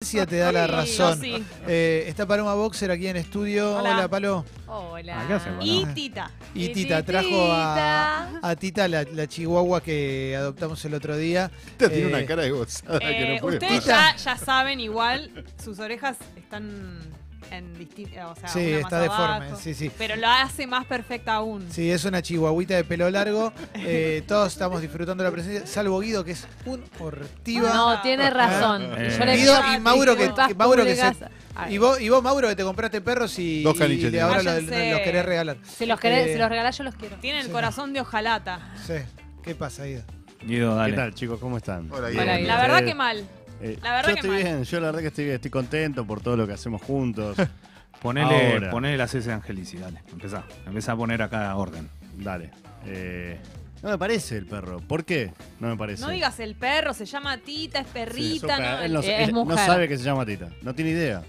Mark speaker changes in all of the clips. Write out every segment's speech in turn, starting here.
Speaker 1: conciencia te da la
Speaker 2: Sí,
Speaker 1: razón.
Speaker 2: sí.
Speaker 1: Eh, está Paloma Boxer aquí en estudio.
Speaker 2: Hola.
Speaker 1: Palo.
Speaker 2: Hola.
Speaker 3: Ah, ¿qué hace,
Speaker 4: Y
Speaker 1: Bueno.
Speaker 4: Tita.
Speaker 1: Y
Speaker 2: Y
Speaker 1: Tita, trajo a,
Speaker 2: Tita.
Speaker 1: a Tita, la, la chihuahua que adoptamos el otro día.
Speaker 5: Tita tiene
Speaker 1: Eh,
Speaker 5: una cara de gozada que
Speaker 4: Eh,
Speaker 5: no puede
Speaker 4: ustedes
Speaker 1: parar.
Speaker 4: ya, ya saben igual, sus orejas están en distintas. O sea,
Speaker 1: Sí,
Speaker 4: una más
Speaker 1: está deforme,
Speaker 4: abajo.
Speaker 1: sí, sí.
Speaker 4: Pero la hace más perfecta aún.
Speaker 1: Sí, es una chihuahuita de pelo largo. Eh, todos estamos disfrutando la presencia, salvo Guido, que es un ortiva.
Speaker 2: No, tiene razón.
Speaker 3: Eh.
Speaker 2: Yo le
Speaker 1: Guido
Speaker 2: pido
Speaker 1: y Mauro que-
Speaker 2: disculpas
Speaker 1: que- Mauro que se-
Speaker 2: públicas. Ay,
Speaker 1: Y vos, y vos, Mauro, que te compraste perros y,
Speaker 5: Dos caniches
Speaker 1: y de
Speaker 5: tiene.
Speaker 1: ahora los,
Speaker 4: Váyanse.
Speaker 1: los querés regalar.
Speaker 2: Si los, querés,
Speaker 1: Eh,
Speaker 2: si los regalás, yo los quiero.
Speaker 4: Tiene el
Speaker 1: Sí.
Speaker 4: corazón de ojalata.
Speaker 1: Sí. ¿Qué pasa, Guido?
Speaker 3: Guido,
Speaker 5: ¿Qué
Speaker 3: dale.
Speaker 5: tal,
Speaker 3: chicos? ¿Cómo están? Eh,
Speaker 5: Hola, Guido.
Speaker 4: Hola,
Speaker 5: Bien,
Speaker 4: la
Speaker 1: eh.
Speaker 4: verdad que mal. la verdad
Speaker 3: yo
Speaker 4: que
Speaker 3: estoy
Speaker 4: mal.
Speaker 3: bien, yo la verdad que estoy bien, estoy contento por todo lo que hacemos juntos.
Speaker 6: Ponele,
Speaker 3: Ahora.
Speaker 6: ponele las S de Angelici, dale. Empezá. Empezá a poner acá orden.
Speaker 3: Dale. Eh, no me parece el perro. ¿Por qué? No me parece.
Speaker 4: No digas el perro, se llama Tita, es
Speaker 3: Sí,
Speaker 4: perrita.
Speaker 3: súper.
Speaker 4: no,
Speaker 3: Él no,
Speaker 2: eh, es
Speaker 3: él no
Speaker 2: mujer.
Speaker 3: sabe que se llama Tita. No tiene idea.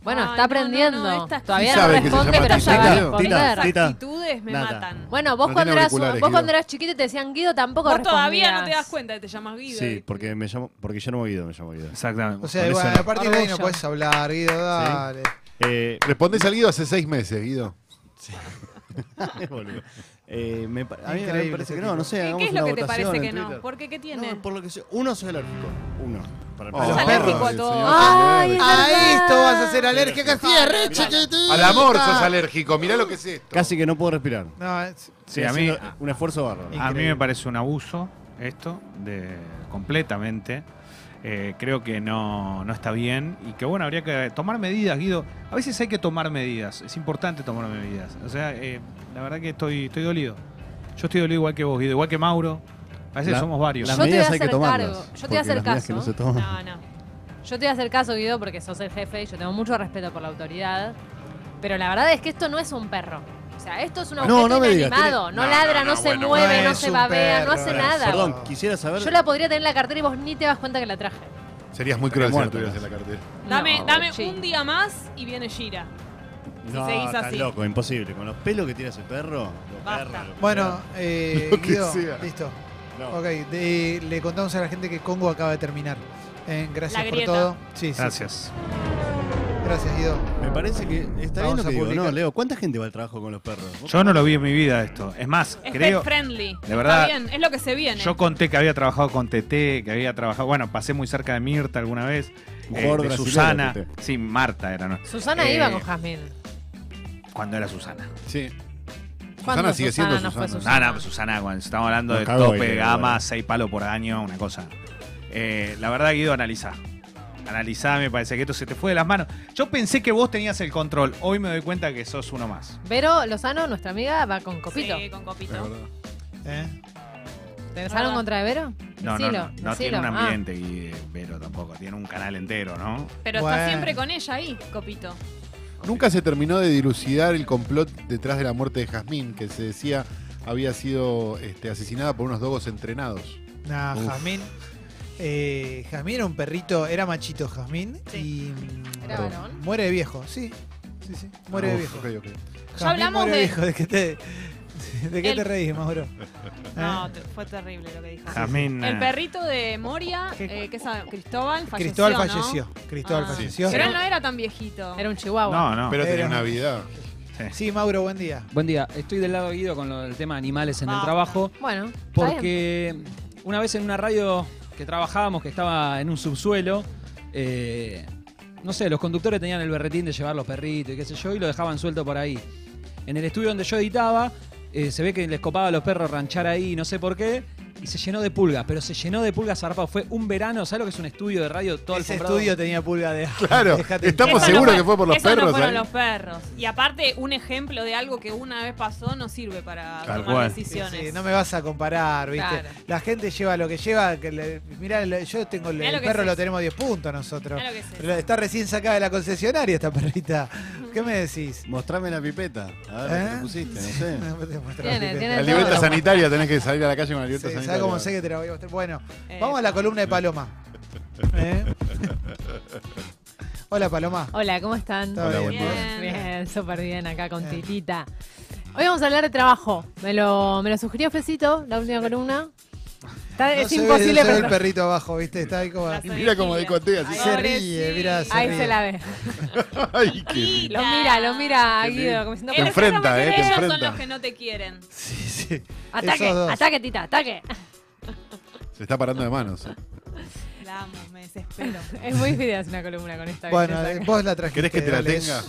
Speaker 2: Bueno,
Speaker 4: Ay,
Speaker 2: está
Speaker 4: no, no,
Speaker 2: aprendiendo.
Speaker 4: no, esta-
Speaker 2: Todavía
Speaker 5: Sí
Speaker 2: no
Speaker 5: sabe que se
Speaker 2: responde,
Speaker 5: llama
Speaker 2: pero ya
Speaker 5: Tita.
Speaker 2: va a
Speaker 5: Tita,
Speaker 2: responder.
Speaker 4: Esas
Speaker 3: Tita.
Speaker 4: actitudes me
Speaker 3: Nada.
Speaker 4: matan.
Speaker 2: Bueno, vos,
Speaker 5: No
Speaker 2: cuando,
Speaker 5: tiene
Speaker 2: eras,
Speaker 5: auriculares,
Speaker 2: vos
Speaker 5: Guido.
Speaker 2: cuando eras chiquito te decían Guido, tampoco
Speaker 4: Vos todavía no te
Speaker 2: respondías.
Speaker 4: das cuenta que te llamas Guido.
Speaker 3: Sí, porque me llamo. Porque yo no me Guido, me llamo Guido.
Speaker 6: Exactamente.
Speaker 1: O sea,
Speaker 3: Con
Speaker 1: igual, eh,
Speaker 3: eso no.
Speaker 1: a partir de ahí no
Speaker 2: Orgullo.
Speaker 1: puedes hablar, Guido, dale.
Speaker 3: Eh,
Speaker 5: Respondés al Guido hace seis meses, Guido.
Speaker 3: boludo. Eh, me, pa- a mí
Speaker 1: Increíble
Speaker 3: me parece
Speaker 1: ese
Speaker 3: que no,
Speaker 1: tipo.
Speaker 3: no sé.
Speaker 4: ¿Qué- ¿Qué,
Speaker 3: hagamos
Speaker 4: es lo
Speaker 3: una
Speaker 4: que te
Speaker 3: votación
Speaker 4: parece
Speaker 3: en
Speaker 4: que no?
Speaker 3: Twitter.
Speaker 4: ¿Por qué? ¿Qué tiene?
Speaker 3: No, por lo que sé. Uno soy alérgico. Uno. Para el
Speaker 5: Oh,
Speaker 4: Es
Speaker 3: perro.
Speaker 4: alérgico a
Speaker 5: el
Speaker 4: todo.
Speaker 5: señor
Speaker 2: Ay,
Speaker 5: Fernández.
Speaker 2: verdad.
Speaker 1: A esto vas a ser alérgica, sí, es re chiquitita.
Speaker 5: Al amor sos alérgico, mirá lo que es esto.
Speaker 3: Casi que no puedo respirar.
Speaker 1: No, es-
Speaker 6: Sí,
Speaker 3: Estoy
Speaker 6: a mí-
Speaker 3: haciendo Un esfuerzo bárbaro.
Speaker 6: A mí
Speaker 1: Increíble.
Speaker 6: me parece un abuso esto, de, completamente. Eh, creo que no, no está bien y que bueno, habría que tomar medidas, Guido. A veces hay que tomar medidas, es importante tomar medidas. O sea, eh, la verdad que estoy, estoy dolido. Yo estoy dolido igual que vos, Guido, igual que Mauro. A veces
Speaker 3: La-
Speaker 6: somos varios.
Speaker 3: Las
Speaker 2: Yo te voy a
Speaker 3: medidas hay
Speaker 2: hacer
Speaker 3: que tomarlas.
Speaker 2: cargo. Yo te voy a
Speaker 3: porque
Speaker 2: hacer
Speaker 3: las medidas
Speaker 2: caso.
Speaker 3: que no se toman.
Speaker 4: No, no.
Speaker 2: Yo te voy a hacer caso, Guido, porque sos el jefe y yo tengo mucho respeto por la autoridad. Pero la verdad es que esto no es un perro. O sea, esto es un objeto
Speaker 3: no me digas,
Speaker 2: inanimado.
Speaker 3: tiene-
Speaker 2: No, ladra, no, se mueve,
Speaker 1: no
Speaker 2: no,
Speaker 1: es
Speaker 2: se
Speaker 1: un
Speaker 2: babea,
Speaker 1: perro,
Speaker 2: no hace
Speaker 1: eh.
Speaker 2: nada.
Speaker 3: Perdón, quisiera saber.
Speaker 2: Yo la podría tener en la cartera y vos ni te das cuenta que la traje.
Speaker 5: Serías muy cruel si la
Speaker 3: Muerto.
Speaker 5: tuvieras en la cartera.
Speaker 4: Dame,
Speaker 2: No,
Speaker 4: dame
Speaker 2: sí.
Speaker 4: un día más y viene Gira.
Speaker 3: no,
Speaker 4: seguís
Speaker 3: estás
Speaker 4: así.
Speaker 3: loco, imposible. Con los pelos que tiene ese perro. los
Speaker 4: Basta.
Speaker 3: perros, los
Speaker 1: Bueno, eh,
Speaker 5: Lo que
Speaker 1: Guido,
Speaker 5: sea.
Speaker 1: listo.
Speaker 3: perros. No.
Speaker 1: Ok, de- le contamos a la gente que Congo acaba de terminar. Eh, gracias
Speaker 4: La
Speaker 1: por
Speaker 4: grieta.
Speaker 1: todo. Sí, sí,
Speaker 6: Gracias.
Speaker 1: Gracias, Guido.
Speaker 3: Me parece que está
Speaker 1: Vamos
Speaker 3: bien lo
Speaker 1: a
Speaker 3: que digo,
Speaker 1: publicar.
Speaker 3: ¿no, Leo? ¿Cuánta gente va al trabajo con los perros? ¿Vos
Speaker 6: Yo no lo vi en mi vida esto. Es más,
Speaker 4: Este Es
Speaker 6: creo...
Speaker 4: pet friendly. Está
Speaker 6: verdad,
Speaker 4: bien, es lo que se viene.
Speaker 6: Yo conté que había trabajado con TT, que había trabajado, bueno, pasé muy cerca de Mirta alguna vez,
Speaker 3: Un
Speaker 6: eh,
Speaker 3: jugador
Speaker 6: de
Speaker 3: brasilero,
Speaker 6: Susana,
Speaker 3: TT.
Speaker 6: sí, Marta era, ¿no?
Speaker 2: Susana
Speaker 6: Eh,
Speaker 2: iba con Jazmín.
Speaker 6: Cuando era Susana.
Speaker 5: Sí.
Speaker 2: ¿Cuándo
Speaker 5: Susana sigue siendo
Speaker 2: Susana no fue
Speaker 5: Susana.
Speaker 2: Susana?
Speaker 6: Susana, pues, Susana, cuando estamos hablando
Speaker 3: Nos
Speaker 6: de
Speaker 3: cagó
Speaker 6: tope,
Speaker 3: Guido,
Speaker 6: gama,
Speaker 3: igual.
Speaker 6: seis palos por año, una cosa. Eh, la verdad, Guido, analizá. Analizá, me parece que esto se te fue de las manos. Yo pensé que vos tenías el control, hoy me doy cuenta que sos uno más.
Speaker 2: Vero Lozano, nuestra amiga, va con Copito.
Speaker 4: Sí, con
Speaker 5: Es
Speaker 4: copito.
Speaker 5: verdad.
Speaker 1: ¿Eh?
Speaker 2: ¿Tenés algo en contra de Vero?
Speaker 6: No, no,
Speaker 2: Decilo,
Speaker 6: no, no tiene
Speaker 2: decilo.
Speaker 6: un
Speaker 2: Ah.
Speaker 6: ambiente, Guido, pero tampoco, tiene un canal entero, ¿no?
Speaker 4: Pero
Speaker 1: Bueno.
Speaker 4: está siempre con ella ahí, copito.
Speaker 5: Nunca se terminó de dilucidar el complot detrás de la muerte de Jazmín, que se decía había sido este, asesinada por unos dogos entrenados.
Speaker 1: Nah,
Speaker 5: Uf.
Speaker 1: Jazmín. Eh, Jazmín era un perrito, era machito Jazmín.
Speaker 4: Sí.
Speaker 1: Y, mm,
Speaker 2: ¿Era varón?
Speaker 1: Muere de viejo, sí. Sí, sí. Muere de
Speaker 5: Uf,
Speaker 1: viejo.
Speaker 5: ok, ok.
Speaker 1: Jazmín
Speaker 4: hablamos
Speaker 1: muere
Speaker 4: de-
Speaker 1: viejo, ¿de qué te, de qué
Speaker 4: El-
Speaker 1: te reís, Mauro? Eh.
Speaker 4: No, te- fue terrible lo que dijo.
Speaker 6: Jazmín,
Speaker 4: El
Speaker 6: eh,
Speaker 4: perrito de Moria, eh, ¿qué sabe? Cristóbal falleció.
Speaker 1: Cristóbal
Speaker 4: ¿no?
Speaker 1: falleció. Cristóbal
Speaker 4: Ah.
Speaker 1: falleció.
Speaker 4: Pero él no era tan viejito.
Speaker 2: Era un chihuahua.
Speaker 6: No, no.
Speaker 5: Pero
Speaker 1: Era-
Speaker 5: tenía una vida.
Speaker 1: Sí, Mauro, buen día.
Speaker 7: Buen día, estoy del lado de Guido con lo del tema animales en el
Speaker 4: Basta.
Speaker 7: trabajo,
Speaker 2: Bueno, Ah. está bien.
Speaker 7: porque una vez en una radio que trabajábamos, que estaba en un subsuelo, eh, no sé, los conductores tenían el berretín de llevar los perritos y qué sé yo, y lo dejaban suelto por ahí. En el estudio donde yo editaba, eh, se ve que les copaba a los perros ranchar ahí, no sé por qué, y se llenó de pulgas, pero se llenó de pulgas zarpado. Fue un verano, ¿sabes lo que es un estudio de radio todo
Speaker 1: Ese
Speaker 7: alfombrado?
Speaker 1: estudio tenía pulga de.
Speaker 5: Claro,
Speaker 1: Déjate
Speaker 5: estamos
Speaker 4: Eso
Speaker 1: entrar.
Speaker 4: no
Speaker 5: seguros que fue por los
Speaker 4: eso
Speaker 5: perros,
Speaker 4: No fueron
Speaker 5: ¿eh?
Speaker 4: los perros. Y aparte, un ejemplo de algo que una vez pasó no sirve para
Speaker 6: Tal
Speaker 4: tomar
Speaker 6: cual.
Speaker 1: Sí,
Speaker 4: decisiones.
Speaker 1: sí, no me vas a comparar, ¿viste?
Speaker 4: Claro.
Speaker 1: La gente lleva lo que lleva. Que le- mirá, le- yo tengo el,
Speaker 4: Mirá lo
Speaker 1: el
Speaker 4: que
Speaker 1: perro,
Speaker 4: es
Speaker 1: lo
Speaker 4: eso.
Speaker 1: tenemos 10 puntos nosotros.
Speaker 4: Mirá lo que es eso.
Speaker 1: Pero Está recién sacada de la concesionaria esta perrita. ¿Qué me decís?
Speaker 3: Mostrame la pipeta. A ver,
Speaker 1: ¿Eh?
Speaker 3: ¿qué te pusiste? No sé.
Speaker 1: No te muestro
Speaker 2: Tiene,
Speaker 1: la pipeta.
Speaker 5: La
Speaker 2: tiene todo.
Speaker 5: libertad sanitaria, tenés que salir a la calle con la libertad
Speaker 1: Sí,
Speaker 5: sanitaria.
Speaker 1: ¿Sabes cómo sé que te la voy a mostrar? Bueno,
Speaker 4: Eh,
Speaker 1: vamos a la columna de Paloma. ¿Eh? Hola, Paloma.
Speaker 2: Hola, ¿cómo están?
Speaker 1: Está
Speaker 5: Hola,
Speaker 1: bien.
Speaker 5: buen día.
Speaker 4: Bien.
Speaker 2: Bien, súper bien acá con
Speaker 1: Bien.
Speaker 2: Titita. Hoy vamos a hablar de trabajo. Me lo, me lo sugirió Flecito, la última columna.
Speaker 4: Está-
Speaker 1: No
Speaker 4: es
Speaker 1: se ve-
Speaker 4: imposible
Speaker 1: no se ve el
Speaker 4: prestar-
Speaker 1: perrito abajo, ¿viste? Está ahí como.
Speaker 4: La
Speaker 5: Y mira cómo decotea, así.
Speaker 1: Se ríe, mira, se
Speaker 2: Ahí
Speaker 1: ríe.
Speaker 2: se la ve.
Speaker 5: Ay, qué...
Speaker 2: Lo mira, lo mira a Guido como
Speaker 5: Te
Speaker 2: diciendo.
Speaker 5: enfrenta, eh, te
Speaker 8: Ellos son
Speaker 5: enfrenta.
Speaker 8: los que no te quieren.
Speaker 1: Sí, sí.
Speaker 2: ¡Ataque!
Speaker 1: Esos dos.
Speaker 2: ¡Ataque, Tita! ¡Ataque!
Speaker 5: Se está parando de manos. eh.
Speaker 4: La amo, me desespero.
Speaker 2: Es muy difícil hacer una columna con esta
Speaker 1: Bueno,
Speaker 2: belleza.
Speaker 1: eh, vos la trajiste.
Speaker 5: ¿Querés que te la
Speaker 1: dale.
Speaker 5: tenga?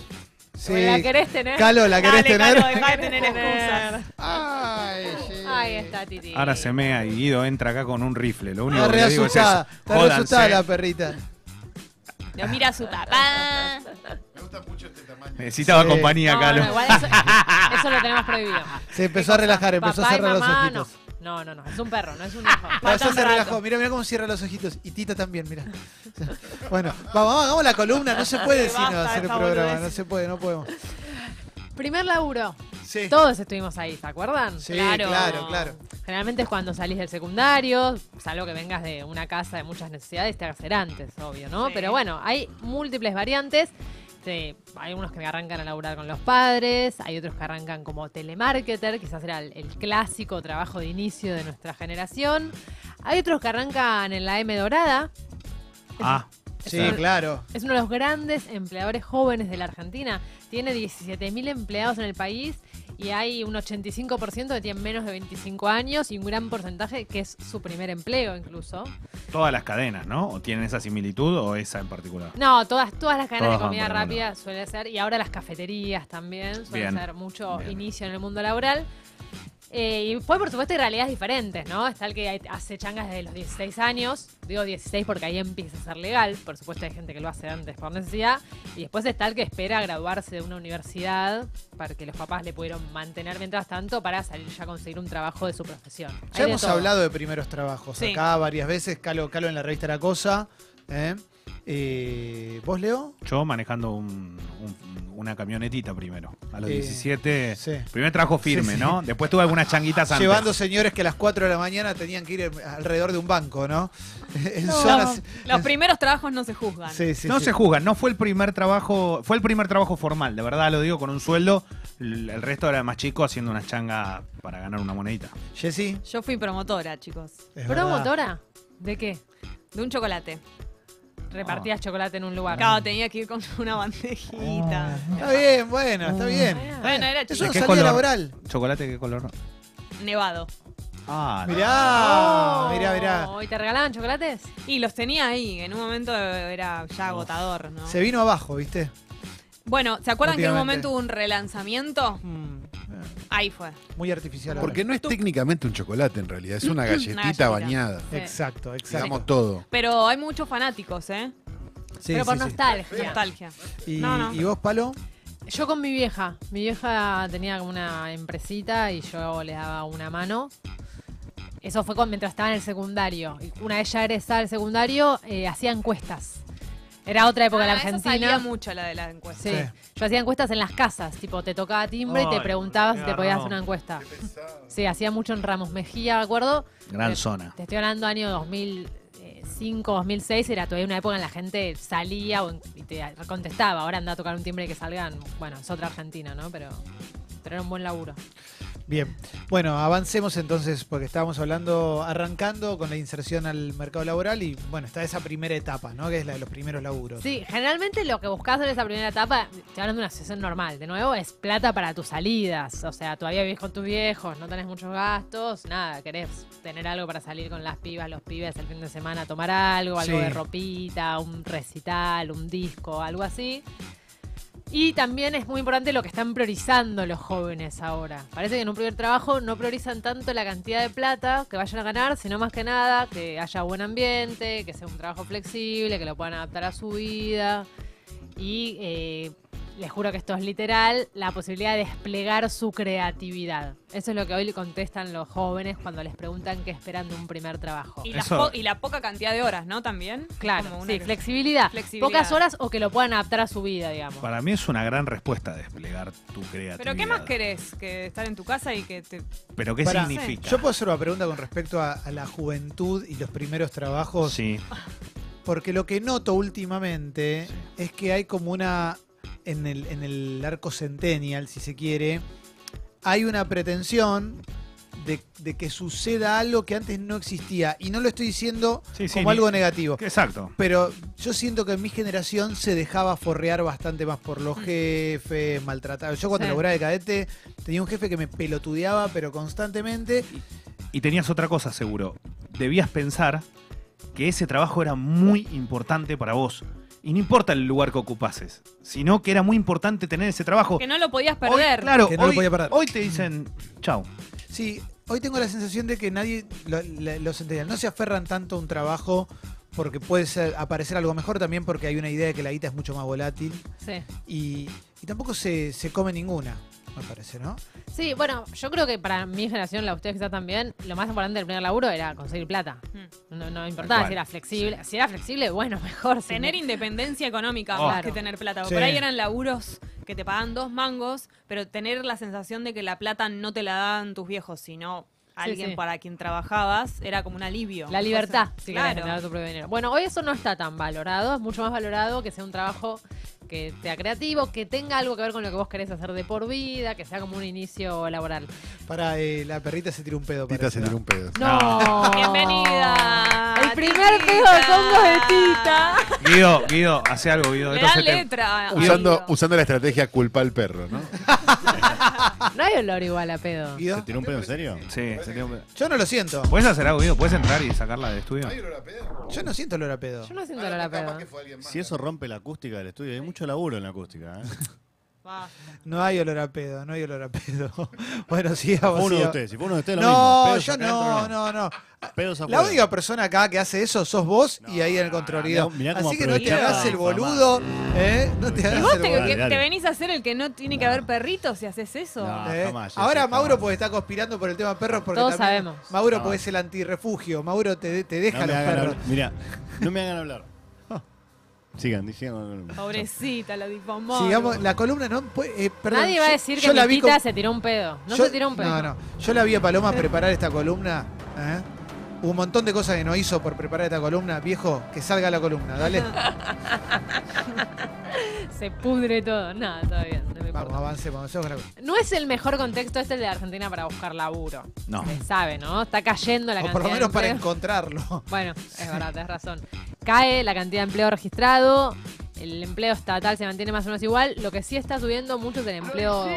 Speaker 1: Sí.
Speaker 2: ¿Me la querés tener?
Speaker 1: Calo, ¿la querés
Speaker 4: Dale,
Speaker 1: tener?
Speaker 4: Caro, dejá de tener excusas.
Speaker 1: Ay, sí.
Speaker 2: Ahí está, Titi.
Speaker 6: Ahora se mea y Guido entra acá con un rifle. Lo único
Speaker 1: Está
Speaker 6: que
Speaker 1: re
Speaker 6: le digo es
Speaker 1: asustada.
Speaker 6: eso.
Speaker 1: Está re asustada
Speaker 6: Jódanse.
Speaker 1: la perrita.
Speaker 8: Lo mira a su papá.
Speaker 5: Me gusta mucho este tamaño.
Speaker 6: Necesitaba
Speaker 1: Sí.
Speaker 6: compañía,
Speaker 2: No,
Speaker 6: Calo.
Speaker 2: no, igual eso, eso lo tenemos prohibido.
Speaker 1: Se empezó a relajar, empezó a
Speaker 2: Papá y
Speaker 1: cerrar los
Speaker 2: mamá,
Speaker 1: ojitos.
Speaker 2: No, no, no, no, es un perro, no es un hijo.
Speaker 1: Ah, ya se relajó, mira, mira cómo cierra los ojitos. Y Tita también, mira. Bueno, vamos, hagamos la columna, no se puede
Speaker 4: Basta
Speaker 1: sino
Speaker 4: de
Speaker 1: hacer el
Speaker 4: esta
Speaker 1: programa,
Speaker 4: boludez.
Speaker 1: no se puede, no podemos.
Speaker 2: Primer laburo.
Speaker 1: Sí,
Speaker 2: Todos estuvimos ahí, ¿se acuerdan?
Speaker 1: sí claro. claro,
Speaker 2: Generalmente es cuando salís del secundario, salvo que vengas de una casa de muchas necesidades, te hagas antes, obvio, ¿no?
Speaker 4: Sí.
Speaker 2: Pero bueno, hay múltiples variantes. Este, hay unos que arrancan a laburar con los padres, hay otros que arrancan como telemarketer, quizás era el, el clásico trabajo de inicio de nuestra generación. Hay otros que arrancan en la M dorada.
Speaker 6: Ah,
Speaker 1: Sí,
Speaker 2: Es un-
Speaker 1: claro.
Speaker 2: Es uno de los grandes empleadores jóvenes de la Argentina. Tiene 17.000 empleados en el país y hay un 85% que tienen menos de 25 años y un gran porcentaje que es su primer empleo incluso.
Speaker 6: todas las cadenas, ¿no? ¿O tienen esa similitud o esa en particular?
Speaker 2: No, todas, todas las cadenas
Speaker 6: Todas
Speaker 2: de
Speaker 6: van
Speaker 2: comida
Speaker 6: por el
Speaker 2: rápida suelen ser, y ahora las cafeterías también, suelen
Speaker 6: Bien.
Speaker 2: ser mucho
Speaker 6: Bien.
Speaker 2: inicio en el mundo laboral. Eh, y después, por supuesto, hay realidades diferentes, ¿no? Está el que hace changas desde los 16 años, digo 16 porque ahí empieza a ser legal, por supuesto hay gente que lo hace antes por necesidad, y después está el que espera graduarse de una universidad para que los papás le pudieron mantener mientras tanto para salir ya a conseguir un trabajo de su profesión. Hay
Speaker 1: Ya
Speaker 2: de
Speaker 1: hemos
Speaker 2: todo.
Speaker 1: hablado de primeros trabajos
Speaker 4: Sí.
Speaker 1: acá varias veces, Calo, Calo en la revista La Cosa. ¿eh? Eh, ¿Vos, Leo?
Speaker 6: Yo manejando un- un- una camionetita primero. A los
Speaker 1: Eh,
Speaker 6: 17.
Speaker 1: sí.
Speaker 6: Primer trabajo firme,
Speaker 1: Sí, sí.
Speaker 6: ¿no? Después tuve algunas changuitas antes.
Speaker 1: Llevando señores que a las 4 de la mañana tenían que ir en- alrededor de un banco, ¿no? en
Speaker 4: No,
Speaker 1: zonas...
Speaker 4: Los primeros trabajos no se juzgan.
Speaker 1: Sí, sí,
Speaker 6: no
Speaker 1: sí.
Speaker 6: se juzgan, no fue el primer trabajo, fue el primer trabajo formal, de verdad lo digo con un sueldo, l- el resto era más chico haciendo una changa para ganar una monedita.
Speaker 1: Jessy,
Speaker 4: Yo fui promotora, chicos,
Speaker 1: es verdad.
Speaker 2: ¿Promotora? ¿De qué?
Speaker 4: de un chocolate.
Speaker 2: Repartías chocolate en un lugar.
Speaker 4: Claro, tenía que ir con una bandejita.
Speaker 1: Está bien, bueno, está bien.
Speaker 2: Ah,
Speaker 4: Bueno, era
Speaker 1: Eso
Speaker 4: chico.
Speaker 1: no
Speaker 6: qué
Speaker 1: salía
Speaker 6: color?
Speaker 1: laboral.
Speaker 6: ¿Chocolate qué color?
Speaker 1: Oh.
Speaker 4: nevado.
Speaker 6: Ah, no.
Speaker 1: Mirá,
Speaker 2: Oh,
Speaker 1: mirá, mirá.
Speaker 2: ¿Y te regalaban chocolates?
Speaker 4: Y los tenía ahí, en un momento era ya agotador, ¿no?
Speaker 1: Oh. Se vino abajo, ¿viste?
Speaker 4: Bueno, ¿se acuerdan que en un
Speaker 1: Últimamente.
Speaker 4: momento hubo un relanzamiento?
Speaker 2: Mm.
Speaker 4: Ahí fue.
Speaker 1: Muy artificial. ahora.
Speaker 5: Porque no es técnicamente un chocolate en realidad, es una
Speaker 4: Una
Speaker 5: galletita
Speaker 4: galletita.
Speaker 5: bañada.
Speaker 4: Sí.
Speaker 1: Exacto,
Speaker 5: Digamos
Speaker 1: exacto.
Speaker 5: todo.
Speaker 4: Pero hay muchos fanáticos, ¿eh?
Speaker 1: Sí,
Speaker 2: Pero por
Speaker 1: sí, sí.
Speaker 2: nostalgia.
Speaker 4: Nostalgia.
Speaker 2: Ah,
Speaker 1: Y,
Speaker 4: No, no.
Speaker 1: y vos, Palo?
Speaker 2: Yo con mi vieja. Mi vieja tenía como una empresita y yo le daba una mano. Eso fue cuando, mientras estaba en el secundario. Y Una vez ya egresada del secundario, eh, hacía encuestas. Era otra época en
Speaker 4: Ah,
Speaker 2: la
Speaker 4: esa salía
Speaker 2: Argentina.
Speaker 4: mucho la de la encuesta.
Speaker 2: Sí.
Speaker 1: Sí.
Speaker 2: Yo hacía encuestas en las casas, tipo te tocaba timbre y
Speaker 6: Ay,
Speaker 2: te preguntaba si te
Speaker 6: claro.
Speaker 2: podías hacer una encuesta. Sí, hacía mucho en Ramos Mejía, ¿de acuerdo?
Speaker 6: Gran
Speaker 2: Eh,
Speaker 6: zona.
Speaker 2: Te estoy hablando año 2005, 2006, era todavía una época en la gente salía o- y te contestaba. Ahora anda a tocar un timbre y que salgan. Bueno, es otra Argentina, ¿no? Pero, pero era un buen laburo.
Speaker 1: Bien. Bueno, avancemos entonces, porque estábamos hablando, arrancando con la inserción al mercado laboral y, bueno, está esa primera etapa, ¿no? Que es la de los primeros laburos.
Speaker 2: Sí, generalmente lo que buscas en esa primera etapa, estoy hablando de una asociación normal, de nuevo, es plata para tus salidas. O sea, todavía vivís con tus viejos, no tenés muchos gastos, nada, querés tener algo para salir con las pibas, los pibes el fin de semana, a tomar algo, algo
Speaker 1: Sí.
Speaker 2: de ropita, un recital, un disco, algo así. Y también es muy importante lo que están priorizando los jóvenes ahora. Parece que en un primer trabajo no priorizan tanto la cantidad de plata que vayan a ganar, sino más que nada que haya buen ambiente, que sea un trabajo flexible, que lo puedan adaptar a su vida. Y eh, les juro que esto es literal, la posibilidad de desplegar su creatividad. Eso es lo que hoy le contestan los jóvenes cuando les preguntan qué esperan de un primer trabajo.
Speaker 4: Y, las
Speaker 6: Eso-
Speaker 4: po- y la poca cantidad de horas, ¿no? También.
Speaker 2: Claro,
Speaker 4: Como una
Speaker 2: sí,
Speaker 4: que-
Speaker 2: flexibilidad.
Speaker 4: Flexibilidad.
Speaker 2: Pocas horas o que lo puedan adaptar a su vida, digamos.
Speaker 6: Para mí es una gran respuesta desplegar tu creatividad.
Speaker 4: Pero ¿qué más querés? Que estar en tu casa y que te...
Speaker 6: ¿Pero qué
Speaker 1: Pará.
Speaker 6: significa?
Speaker 1: Yo puedo hacer una pregunta con respecto a, a la juventud y los primeros trabajos.
Speaker 6: Sí,
Speaker 1: Porque lo que noto últimamente
Speaker 6: Sí.
Speaker 1: es que hay como una. En el, en el arco centennial, si se quiere, hay una pretensión de, de que suceda algo que antes no existía. Y no lo estoy diciendo
Speaker 6: Sí, sí,
Speaker 1: como
Speaker 6: ni-
Speaker 1: algo negativo.
Speaker 6: Exacto.
Speaker 1: Pero yo siento que mi generación se dejaba forrear bastante más por
Speaker 6: Mm.
Speaker 1: los jefes, maltratados. Yo cuando
Speaker 2: Sí.
Speaker 1: laburaba de cadete tenía un jefe que me pelotudeaba, pero constantemente.
Speaker 6: Y tenías otra cosa seguro. Debías pensar que ese trabajo era muy importante para vos. Y no importa el lugar que ocupases, sino que era muy importante tener ese trabajo.
Speaker 8: Que no lo podías
Speaker 6: Oh, Hoy,
Speaker 8: perder.
Speaker 6: claro,
Speaker 1: Que no lo
Speaker 6: hoy-
Speaker 1: podía perder.
Speaker 6: hoy te dicen, chau.
Speaker 1: Sí, hoy tengo la sensación de que nadie, lo- la- los centenarios no se aferran tanto a un trabajo porque puede ser- aparecer algo mejor también porque hay una idea de que la guita es mucho más volátil
Speaker 2: Sí.
Speaker 1: y, y tampoco se, se come ninguna, me parece, ¿no?
Speaker 2: Sí, bueno, yo creo que para mi generación, la de ustedes quizás también, lo más importante del primer laburo era conseguir plata.
Speaker 8: Mm.
Speaker 2: No, no importaba
Speaker 6: cual.
Speaker 2: si era flexible. Si era flexible, bueno, mejor. si
Speaker 8: Tener
Speaker 2: no-
Speaker 8: independencia económica
Speaker 6: Oh.
Speaker 8: más que tener plata.
Speaker 1: Sí.
Speaker 8: Por ahí eran laburos que te pagaban dos mangos, pero tener la sensación de que la plata no te la daban tus viejos, sino alguien
Speaker 2: sí.
Speaker 8: para quien trabajabas, era como un alivio.
Speaker 2: La libertad,
Speaker 8: Entonces,
Speaker 2: si querés generar
Speaker 8: claro.
Speaker 2: tu propio dinero. Bueno, hoy eso no está tan valorado, es mucho más valorado que sea un trabajo que sea creativo, que tenga algo que ver con lo que vos querés hacer de por vida, que sea como un inicio laboral.
Speaker 1: Para eh, la perrita se tiró un pedo.
Speaker 5: Tita
Speaker 1: parece,
Speaker 5: se
Speaker 1: ¿no?
Speaker 5: tiró un pedo.
Speaker 2: No.
Speaker 8: Bienvenida.
Speaker 2: El primer
Speaker 8: Titita.
Speaker 2: pedo de Congo de Tita.
Speaker 6: Guido, Guido, hace algo, Guido.
Speaker 8: Le
Speaker 6: Esto
Speaker 8: da
Speaker 6: se te-
Speaker 8: letra.
Speaker 5: Usando,
Speaker 8: amigo.
Speaker 5: usando la estrategia culpa al perro, ¿no?
Speaker 2: No hay olor igual a pedo.
Speaker 1: Guido,
Speaker 3: ¿Se tiró un pedo en serio?
Speaker 6: Sí, se te-
Speaker 1: Yo no lo siento.
Speaker 6: ¿Puedes hacer algo, Guido? ¿Puedes entrar y sacarla del estudio?
Speaker 1: Yo no siento olor a pedo.
Speaker 2: Yo no siento olor a pedo.
Speaker 3: Si eso rompe la acústica del estudio, hay mucho laburo en la acústica. ¿eh?
Speaker 8: Va.
Speaker 1: No hay olor a pedo, no hay olor a pedo. bueno, sigamos.
Speaker 3: Fue uno de
Speaker 1: sigamos.
Speaker 3: ustedes, si fue uno de ustedes lo mismo.
Speaker 1: No,
Speaker 3: Pedos
Speaker 1: yo
Speaker 3: acá adentro,
Speaker 1: no, no, no.
Speaker 3: Pedos
Speaker 1: La
Speaker 3: afuera.
Speaker 1: única persona acá que hace eso sos vos y ahí en el controlidad.
Speaker 3: mirá- mirá cómo
Speaker 1: Así que no te
Speaker 3: aprovechás
Speaker 1: hagas
Speaker 3: para
Speaker 1: el
Speaker 3: difamar.
Speaker 1: boludo, ¿eh? No te
Speaker 8: ¿Y
Speaker 1: hagas
Speaker 8: vos
Speaker 1: el
Speaker 8: te,
Speaker 1: boludo.
Speaker 8: que-
Speaker 3: dale.
Speaker 8: te venís a hacer el que no tiene que haber perritos si haces eso?
Speaker 3: No.
Speaker 1: ¿eh?
Speaker 3: Ah, jamás, Jessy,
Speaker 1: Ahora
Speaker 3: jamás.
Speaker 1: Mauro porque está conspirando por el tema perros porque
Speaker 2: Todos
Speaker 1: también-
Speaker 2: sabemos.
Speaker 1: Mauro
Speaker 3: Jamás.
Speaker 1: porque es el antirrefugio, Mauro te, te
Speaker 3: No
Speaker 1: deja
Speaker 3: me
Speaker 1: los
Speaker 3: hagan
Speaker 1: perros.
Speaker 3: hablar. Mira, no me hagan hablar.
Speaker 1: Oh.
Speaker 3: Sigan, sigan.
Speaker 8: Pobrecita, la difamó.
Speaker 1: Sigamos, la columna no puede- eh, perdón,
Speaker 2: Nadie
Speaker 1: yo-
Speaker 2: va a decir
Speaker 1: yo
Speaker 2: que
Speaker 1: la
Speaker 2: mi
Speaker 1: vi
Speaker 2: Tita
Speaker 1: con-
Speaker 2: se tiró un pedo. No
Speaker 1: yo-
Speaker 2: se tiró un pedo.
Speaker 1: No, no. Yo la vi a Paloma preparar esta columna, ¿eh? Un montón de cosas que no hizo por preparar esta columna, viejo, que salga la columna, dale.
Speaker 2: Se pudre todo. No, está bien. No, me
Speaker 1: Vamos,
Speaker 2: importa.
Speaker 1: avancemos, avancemos con la columna.
Speaker 2: no es el mejor contexto este el de Argentina para buscar laburo.
Speaker 6: No.
Speaker 2: Se sabe, ¿no? Está cayendo la
Speaker 1: O
Speaker 2: cantidad
Speaker 1: por lo
Speaker 2: de
Speaker 1: menos para
Speaker 2: empleo.
Speaker 1: encontrarlo.
Speaker 2: Bueno, es verdad, tenés razón. Cae la cantidad de empleo registrado, el empleo estatal se mantiene más o menos igual, lo que sí está subiendo mucho es el empleo...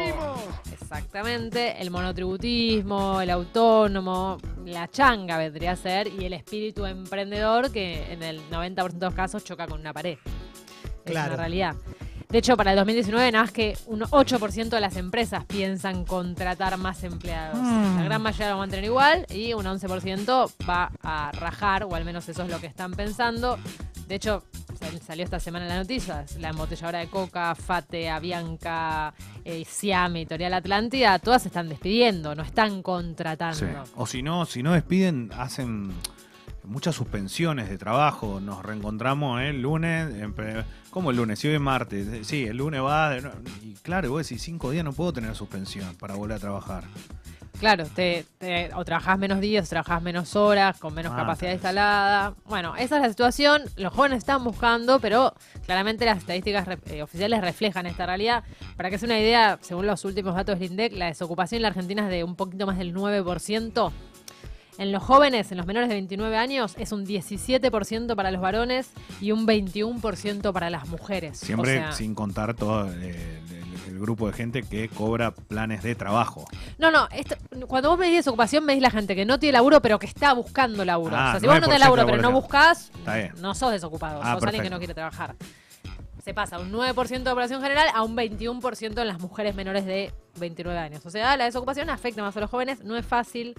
Speaker 2: Exactamente, el monotributismo, el autónomo, la changa vendría a ser y el espíritu emprendedor que en el 90% de los casos choca con una pared. Es
Speaker 1: Claro.
Speaker 2: una realidad. De hecho, para el 2019 nada más que un 8% de las empresas piensan contratar más empleados. La gran mayoría lo va a mantener igual y un 11% va a rajar, o al menos eso es lo que están pensando. De hecho, sal- salió esta semana en las noticias, la embotelladora de Coca, Fate, Avianca, eh, Siam, Editorial Atlántida, todas se están despidiendo, no están contratando.
Speaker 6: Sí. O si no, si no despiden, hacen muchas suspensiones de trabajo. Nos reencontramos ¿eh? el lunes. empe- ¿Cómo el lunes? Si hoy es martes. Eh, Sí, el lunes va. de nue- Y claro, vos decís, cinco días no puedo tener suspensión para volver a trabajar.
Speaker 2: Claro, te, te- o trabajás menos días, o trabajás menos horas, con menos
Speaker 6: Ah,
Speaker 2: capacidad
Speaker 6: tenés.
Speaker 2: instalada. Bueno, esa es la situación. Los jóvenes están buscando, pero claramente las estadísticas re- eh, oficiales reflejan esta realidad. Para que sea una idea, según los últimos datos del INDEC, la desocupación en la Argentina es de un poquito más del 9%. En los jóvenes, en los menores de 29 años, es un 17% para los varones y un 21% para las mujeres. O
Speaker 6: Siempre
Speaker 2: sea,
Speaker 6: sin contar todo el, el- el grupo de gente que cobra planes de trabajo.
Speaker 2: No, no, esto- cuando vos me decís desocupación, me decís la gente que no tiene laburo, pero que está buscando laburo.
Speaker 6: Ah,
Speaker 2: o sea, si vos no tenés
Speaker 6: 9%
Speaker 2: laburo, pero no
Speaker 6: laboral.
Speaker 2: buscás,
Speaker 6: Está bien.
Speaker 2: no sos desocupado,
Speaker 6: Ah,
Speaker 2: sos alguien que
Speaker 6: perfecto.
Speaker 2: no quiere trabajar. Se pasa un 9% de población general a un 21% en las mujeres menores de 29 años. O sea, la desocupación afecta más a los jóvenes, no es fácil.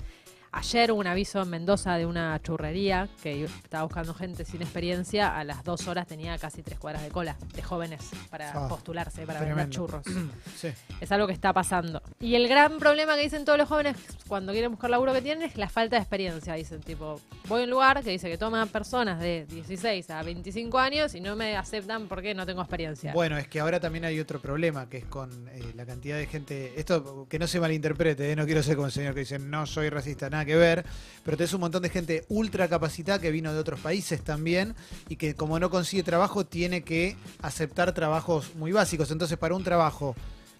Speaker 2: Ayer hubo un aviso en Mendoza de una churrería que estaba buscando gente sin experiencia. A las dos horas tenía casi tres cuadras de cola de jóvenes para
Speaker 1: Ah,
Speaker 2: postularse, para vender
Speaker 1: tremendo.
Speaker 2: churros.
Speaker 1: Sí.
Speaker 2: Es algo que está pasando. Y el gran problema que dicen todos los jóvenes cuando quieren buscar laburo que tienen es la falta de experiencia. Dicen, tipo, voy a un lugar que dice que toma personas de 16 a 25 años y no me aceptan porque no tengo experiencia.
Speaker 1: Bueno, es que ahora también hay otro problema, que es con eh, la cantidad de gente. Esto que no se malinterprete, ¿eh? no quiero ser como el señor que dice no soy racista, nada que ver. Pero tenés un montón de gente ultra capacitada que vino de otros países también y que, como no consigue trabajo, tiene que aceptar trabajos muy básicos. Entonces, para un trabajo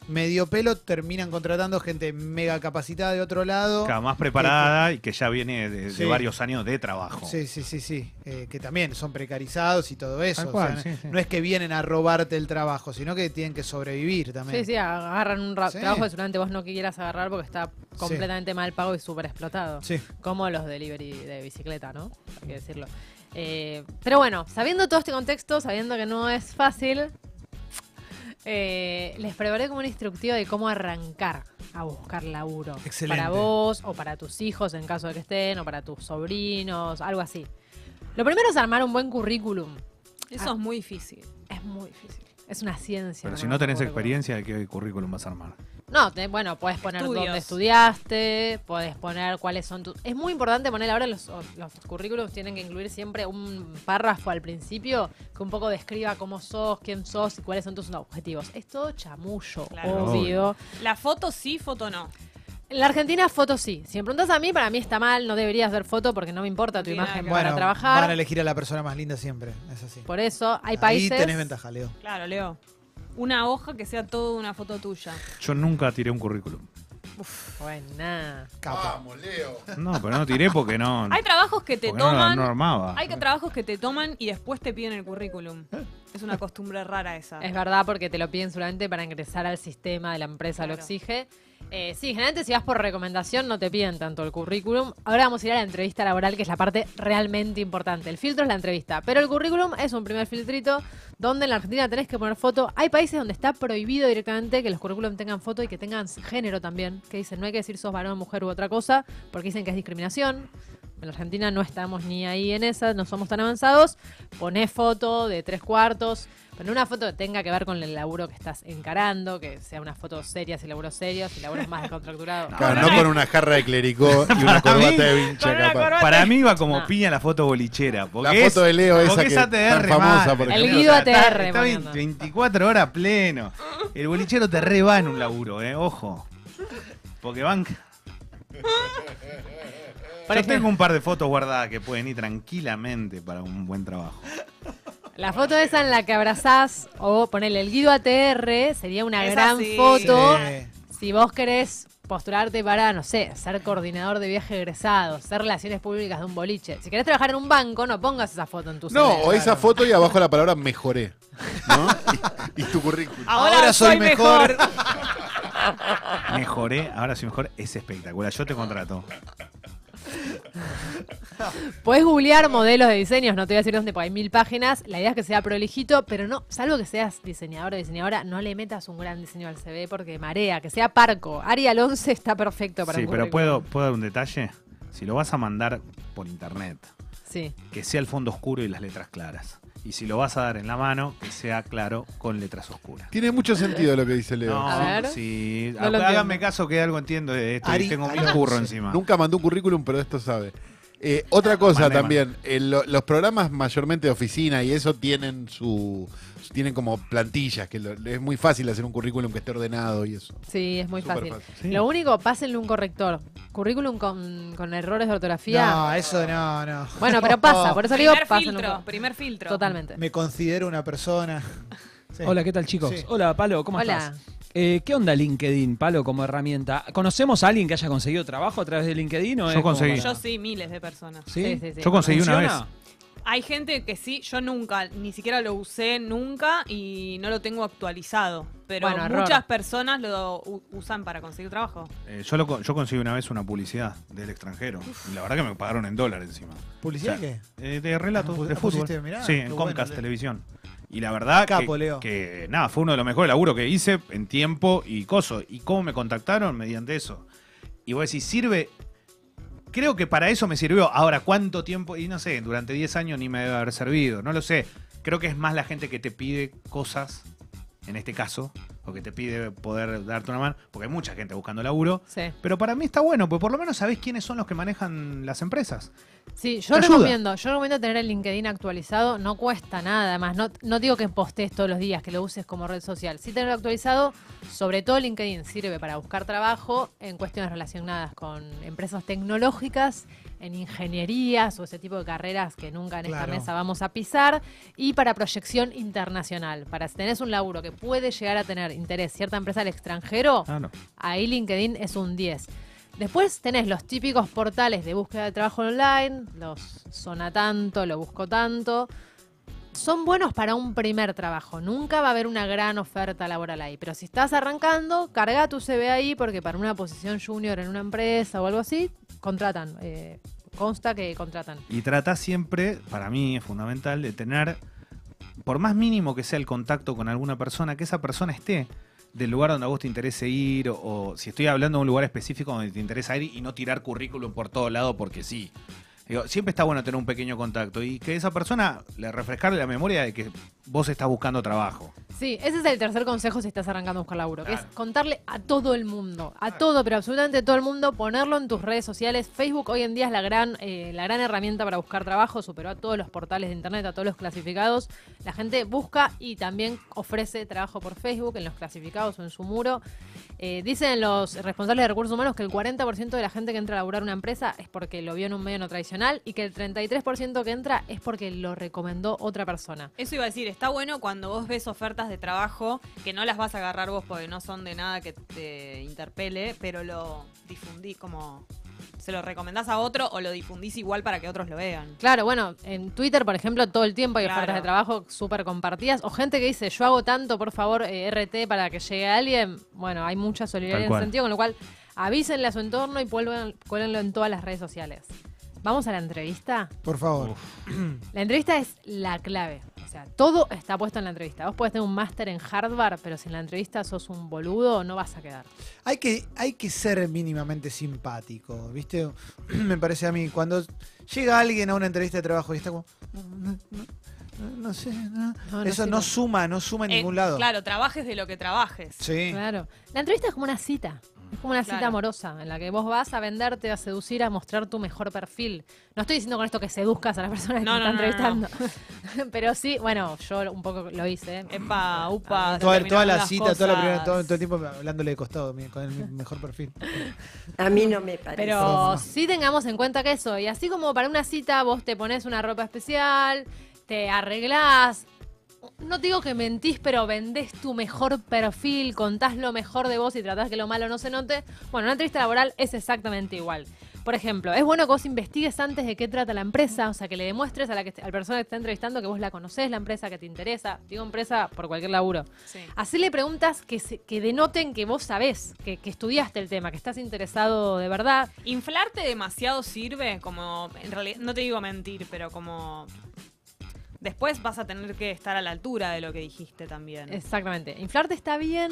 Speaker 1: medio pelo, terminan contratando gente mega capacitada de otro lado.
Speaker 6: Claro, más preparada y que ya viene de, de
Speaker 1: Sí.
Speaker 6: varios años de trabajo.
Speaker 1: Sí, sí, sí, sí. Eh, que también son precarizados y todo eso.
Speaker 6: Tal
Speaker 1: O
Speaker 6: cual,
Speaker 1: sea,
Speaker 6: sí, sí.
Speaker 1: No es que vienen a robarte el trabajo, sino que tienen que sobrevivir también.
Speaker 2: Sí, sí, agarran un ra-
Speaker 1: Sí.
Speaker 2: trabajo que seguramente vos no quieras agarrar porque está completamente mal pago y súper explotado.
Speaker 1: Sí.
Speaker 2: Como los delivery de bicicleta, ¿no? Hay que decirlo. Eh, pero bueno, sabiendo todo este contexto, sabiendo que no es fácil, eh, les preparé como un instructivo de cómo arrancar a buscar laburo.
Speaker 1: Excelente.
Speaker 2: Para vos o para tus hijos en caso de que estén, o para tus sobrinos, algo así. Lo primero es armar un buen currículum.
Speaker 8: Eso es muy difícil.
Speaker 2: Es muy difícil. Es una ciencia.
Speaker 6: Pero si
Speaker 2: armar
Speaker 6: no
Speaker 2: un
Speaker 6: tenés
Speaker 2: currículum.
Speaker 6: experiencia, ¿de qué currículum vas a armar?
Speaker 2: No, te- bueno, puedes poner
Speaker 8: Estudios.
Speaker 2: dónde estudiaste, puedes poner cuáles son tus... Es muy importante poner ahora los, los currículums, tienen que incluir siempre un párrafo al principio que un poco describa cómo sos, quién sos y cuáles son tus objetivos. Es todo chamullo,
Speaker 8: Claro.
Speaker 2: obvio.
Speaker 8: La foto sí, foto no.
Speaker 2: En la Argentina foto sí. Si me preguntas a mí, para mí está mal, no deberías hacer foto porque no me importa tu
Speaker 8: Sí, nada
Speaker 2: imagen
Speaker 8: que
Speaker 2: para
Speaker 1: Bueno,
Speaker 2: trabajar.
Speaker 1: van a elegir a la persona más linda siempre. Es así.
Speaker 2: Por eso hay
Speaker 1: Ahí
Speaker 2: países...
Speaker 1: tenés ventaja, Leo.
Speaker 8: Claro, Leo. Una hoja que sea todo una foto tuya.
Speaker 6: Yo nunca tiré un currículum.
Speaker 2: Bueno, nada.
Speaker 1: Capa.
Speaker 5: Leo.
Speaker 6: No, pero no tiré porque no.
Speaker 8: Hay trabajos que te
Speaker 6: porque no,
Speaker 8: toman.
Speaker 6: no armaba.
Speaker 8: Hay que trabajos que te toman y después te piden el currículum. Es una costumbre rara esa.
Speaker 2: Es verdad, porque te lo piden seguramente para ingresar al sistema de la empresa, lo
Speaker 8: Claro.
Speaker 2: exige. Eh, sí, generalmente si vas por recomendación no te piden tanto el currículum. Ahora vamos a ir a la entrevista laboral, que es la parte realmente importante. El filtro es la entrevista, pero el currículum es un primer filtrito donde en la Argentina tenés que poner foto. Hay países donde está prohibido directamente que los currículum tengan foto y que tengan género también, que dicen no hay que decir sos varón, mujer u otra cosa, porque dicen que es discriminación. En la Argentina no estamos ni ahí en esas, no somos tan avanzados. Ponés foto de tres cuartos, pero no una foto que tenga que ver con el laburo que estás encarando, que sea una foto seria, si laburo serio, si laburo es más descontracturado.
Speaker 5: Claro, no con una jarra de clericó y una corbata de vincha
Speaker 4: Con una
Speaker 5: capaz.
Speaker 4: corbata.
Speaker 6: Para mí iba como
Speaker 2: No.
Speaker 6: piña la foto bolichera.
Speaker 5: La
Speaker 6: Porque
Speaker 5: foto de Leo
Speaker 6: es,
Speaker 5: esa
Speaker 6: porque
Speaker 5: que
Speaker 6: es ATR,
Speaker 5: tan famosa.
Speaker 6: mal.
Speaker 5: Por
Speaker 2: El
Speaker 5: ejemplo.
Speaker 2: Guido
Speaker 6: está-
Speaker 2: ATR
Speaker 6: Está,
Speaker 2: poniendo.
Speaker 6: 24 horas pleno. El bolichero te re va en un laburo, eh, ojo. Porque van. Yo tengo un par de fotos guardadas que pueden ir tranquilamente para un buen trabajo.
Speaker 2: La foto esa en la que abrazás o ponerle el Guido ATR sería una
Speaker 8: Es
Speaker 2: gran
Speaker 8: así.
Speaker 2: foto.
Speaker 1: Sí.
Speaker 2: Si vos querés postularte para, no sé, ser coordinador de viaje egresado, ser relaciones públicas de un boliche. Si querés trabajar en un banco, no pongas esa foto en tu
Speaker 5: No,
Speaker 2: CV.
Speaker 5: o esa foto y abajo la palabra mejoré. ¿no? Y, y tu currículum.
Speaker 1: Ahora soy mejor.
Speaker 6: Mejoré, ahora soy mejor, es espectacular. Yo te contrato.
Speaker 2: Podés googlear modelos de diseños, no te voy a decir dónde, porque hay mil páginas. La idea es que sea prolijito, pero no, salvo que seas diseñador o diseñadora, no le metas un gran diseño al CV porque marea, que sea parco. Arial 11 está perfecto para
Speaker 6: Sí,
Speaker 2: un
Speaker 6: pero puedo,
Speaker 2: currículum.
Speaker 6: puedo dar un detalle. Si lo vas a mandar por internet,
Speaker 2: Sí.
Speaker 6: que sea el fondo oscuro y las letras claras. Y si lo vas a dar en la mano, que sea claro con letras oscuras.
Speaker 5: Tiene mucho sentido lo que dice Leo.
Speaker 6: No,
Speaker 2: A ver.
Speaker 6: sí. Ah,
Speaker 2: No lo
Speaker 6: Háganme
Speaker 2: entiendo.
Speaker 6: caso que algo entiendo de esto. y
Speaker 1: Ari-
Speaker 6: tengo
Speaker 1: Ari
Speaker 6: mi curro encima.
Speaker 5: Nunca mandó un currículum, pero esto sabe. Eh, otra cosa
Speaker 6: Ah, Mandé,
Speaker 5: también, eh, lo- los programas mayormente de oficina y eso tienen su tienen como plantillas, que lo- es muy fácil hacer un currículum que esté ordenado y eso.
Speaker 2: Sí, es muy
Speaker 5: Súper
Speaker 2: fácil.
Speaker 6: Sí.
Speaker 2: Lo único, pásenle un corrector. Currículum con, con errores de ortografía.
Speaker 1: No, eso no, no.
Speaker 2: Bueno, pero pasa, por eso digo,
Speaker 8: Primer
Speaker 2: pásenle un
Speaker 8: filtro,
Speaker 2: cor-
Speaker 8: primer filtro.
Speaker 2: Totalmente.
Speaker 1: Me considero una persona. Sí.
Speaker 7: Hola, ¿qué tal chicos?
Speaker 1: Sí.
Speaker 7: Hola, Palo, ¿cómo
Speaker 2: Hola.
Speaker 7: estás? Eh, ¿Qué onda LinkedIn, Palo, como herramienta? ¿Conocemos a alguien que haya conseguido trabajo a través de LinkedIn? O
Speaker 6: Yo
Speaker 7: es como
Speaker 6: conseguí.
Speaker 7: para-
Speaker 8: Yo sí, miles de personas.
Speaker 7: ¿Sí?
Speaker 2: Sí, sí, sí.
Speaker 6: Yo conseguí una vez.
Speaker 7: ¿Funciona?
Speaker 8: Hay gente que sí, yo nunca, ni siquiera lo usé nunca y no lo tengo actualizado. Pero
Speaker 2: Bueno, error.
Speaker 8: muchas personas lo u- usan para conseguir trabajo.
Speaker 6: Eh, yo, lo, co- yo conseguí una vez una publicidad del extranjero. Y la verdad que me pagaron en dólar encima.
Speaker 1: ¿Publicidad
Speaker 6: O sea,
Speaker 1: qué?
Speaker 6: Eh, de relatos
Speaker 1: Ah, pu-
Speaker 6: de
Speaker 1: ah,
Speaker 6: fútbol.
Speaker 1: pusiste, mirá,
Speaker 6: sí,
Speaker 1: qué
Speaker 6: en
Speaker 1: bueno,
Speaker 6: Comcast
Speaker 1: Leo.
Speaker 6: Televisión. Y la verdad
Speaker 1: Capo,
Speaker 6: que,
Speaker 1: Leo.
Speaker 6: que, nada, fue uno de los mejores laburos que hice en tiempo y coso. ¿Y cómo me contactaron? Mediante eso. Y voy a decir, sirve. Creo que para eso me sirvió. Ahora, ¿cuánto tiempo? Y no sé, durante 10 años ni me debe haber servido. No lo sé. Creo que es más la gente que te pide cosas, en este caso, o que te pide poder darte una mano, porque hay mucha gente buscando laburo.
Speaker 2: Sí.
Speaker 6: Pero para mí está bueno, porque por lo menos sabés quiénes son los que manejan las empresas.
Speaker 2: Sí, yo
Speaker 6: Ayuda.
Speaker 2: recomiendo, yo recomiendo tener el LinkedIn actualizado, no cuesta nada más, no, no digo que postees todos los días, que lo uses como red social, sí tenerlo actualizado, sobre todo LinkedIn sirve para buscar trabajo en cuestiones relacionadas con empresas tecnológicas, en ingenierías o ese tipo de carreras que nunca en
Speaker 1: Claro.
Speaker 2: esta mesa vamos a pisar, y para proyección internacional, para si tenés un laburo que puede llegar a tener interés cierta empresa al extranjero,
Speaker 6: Ah, no.
Speaker 2: ahí LinkedIn es un 10. Después tenés los típicos portales de búsqueda de trabajo online, los Sona Tanto, Lo Busco Tanto. Son buenos para un primer trabajo. Nunca va a haber una gran oferta laboral ahí. Pero si estás arrancando, carga tu CV ahí porque para una posición junior en una empresa o algo así, contratan. eh, consta que contratan.
Speaker 6: Y trata siempre, para mí es fundamental, de tener, por más mínimo que sea el contacto con alguna persona, que esa persona esté del lugar donde a vos te interese ir, o, o si estoy hablando de un lugar específico donde te interesa ir y no tirar currículum por todo lado porque sí. Digo, siempre está bueno tener un pequeño contacto y que esa persona le refrescarle la memoria de que vos estás buscando trabajo.
Speaker 2: Sí, ese es el tercer consejo si estás arrancando a buscar laburo, que es contarle a todo el mundo, a todo, pero absolutamente todo el mundo, ponerlo en tus redes sociales. Facebook hoy en día es la gran, eh, la gran herramienta para buscar trabajo, superó a todos los portales de internet, a todos los clasificados. La gente busca y también ofrece trabajo por Facebook, en los clasificados o en su muro. Eh, dicen los responsables de recursos humanos que el 40% de la gente que entra a laburar una empresa es porque lo vio en un medio no tradicional y que el 33% que entra es porque lo recomendó otra persona.
Speaker 8: Eso iba a decir, está bueno cuando vos ves ofertas de trabajo que no las vas a agarrar vos porque no son de nada que te interpele, pero lo difundí como se lo recomendás a otro o lo difundís igual para que otros lo vean.
Speaker 2: Claro, bueno, en Twitter, por ejemplo, todo el tiempo hay
Speaker 8: Claro.
Speaker 2: ofertas de trabajo súper compartidas. O gente que dice, yo hago tanto, por favor, eh, RT para que llegue a alguien. Bueno, hay mucha
Speaker 6: Tal
Speaker 2: solidaridad en ese
Speaker 6: cual.
Speaker 2: sentido, con lo cual avísenle a su entorno y vuelvan- cuélganlo en todas las redes sociales. Vamos a la entrevista.
Speaker 1: Por favor.
Speaker 2: La entrevista es la clave. O sea, todo está puesto en la entrevista. Vos podés tener un máster en hardware, pero si en la entrevista sos un boludo, no vas a quedar.
Speaker 1: Hay que, hay que ser mínimamente simpático, ¿viste? Me parece a mí, cuando llega alguien a una entrevista de trabajo y está como... No, no, no, no sé, no".
Speaker 2: No, no
Speaker 1: Eso
Speaker 2: sé,
Speaker 1: no
Speaker 2: no.
Speaker 1: suma, no suma en
Speaker 8: Eh,
Speaker 1: ningún lado.
Speaker 8: Claro, trabajes de lo que trabajes.
Speaker 1: Sí.
Speaker 2: Claro. La entrevista es como una cita. Es como una cita
Speaker 8: Claro.
Speaker 2: amorosa en la que vos vas a venderte, a seducir, a mostrar tu mejor perfil. No estoy diciendo con esto que seduzcas a la persona que
Speaker 8: No,
Speaker 2: te
Speaker 8: no,
Speaker 2: está
Speaker 8: no, no,
Speaker 2: entrevistando. Pero sí, bueno, yo un poco lo hice. ¿eh?
Speaker 8: Epa, upa. se
Speaker 1: Toda,
Speaker 8: terminaron
Speaker 1: toda la
Speaker 8: las
Speaker 1: cita, toda la primera-
Speaker 8: cosas.
Speaker 1: todo, todo el tiempo hablándole de costado, mi- con el mi- mejor perfil.
Speaker 9: A mí no me parece.
Speaker 8: Pero
Speaker 2: Sí tengamos en cuenta que eso. Y así como para una cita vos te pones una ropa especial, te arreglás. No te digo que mentís, pero vendés tu mejor perfil, contás lo mejor de vos y tratás que lo malo no se note. Bueno, una entrevista laboral es exactamente igual. Por ejemplo, es bueno que vos investigues antes de qué trata la empresa, o sea, que le demuestres a la, que, a la persona que te está entrevistando que vos la conocés, la empresa que te interesa. Digo empresa por cualquier laburo.
Speaker 8: sí.
Speaker 2: Así le preguntas que, se- que denoten que vos sabés, que, que estudiaste el tema, que estás interesado de verdad.
Speaker 8: inflarte demasiado sirve como en realidad no te digo mentir, pero como después vas a tener que estar a la altura de lo que dijiste también.
Speaker 2: Exactamente. Inflarte está bien,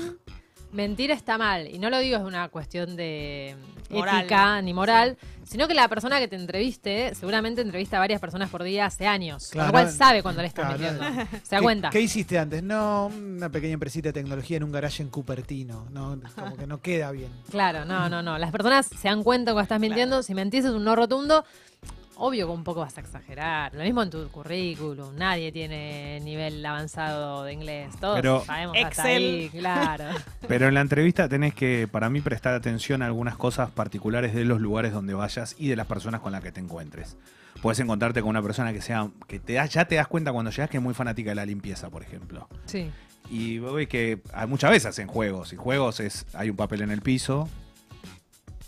Speaker 2: mentir está mal. Y no lo digo es una cuestión de mm,
Speaker 8: Moral.
Speaker 2: ética ni moral, sino que la persona que te entreviste seguramente entrevista a varias personas por día hace años.
Speaker 1: Claro.
Speaker 2: Con lo cual sabe cuando le estás
Speaker 1: Claro.
Speaker 2: mintiendo. Se da
Speaker 1: ¿Qué-
Speaker 2: cuenta.
Speaker 1: ¿Qué hiciste antes? No, una pequeña empresita de tecnología en un garaje en Cupertino. No, como que no queda bien.
Speaker 2: Claro, no, no, no. Las personas se dan cuenta cuando estás mintiendo. Si mentís es un no rotundo. Obvio que un poco vas a exagerar. Lo mismo en tu currículum. Nadie tiene nivel avanzado de inglés. Todos
Speaker 6: Pero-
Speaker 2: sabemos hasta
Speaker 8: Excel.
Speaker 2: ahí, claro.
Speaker 6: Pero en la entrevista tenés que, para mí, prestar atención a algunas cosas particulares de los lugares donde vayas y de las personas con las que te encuentres. Puedes encontrarte con una persona que sea que te das, ya te das cuenta cuando llegas que es muy fanática de la limpieza, por ejemplo.
Speaker 2: Sí.
Speaker 6: Y vos ves que hay muchas veces hacen juegos, y juegos es hay un papel en el piso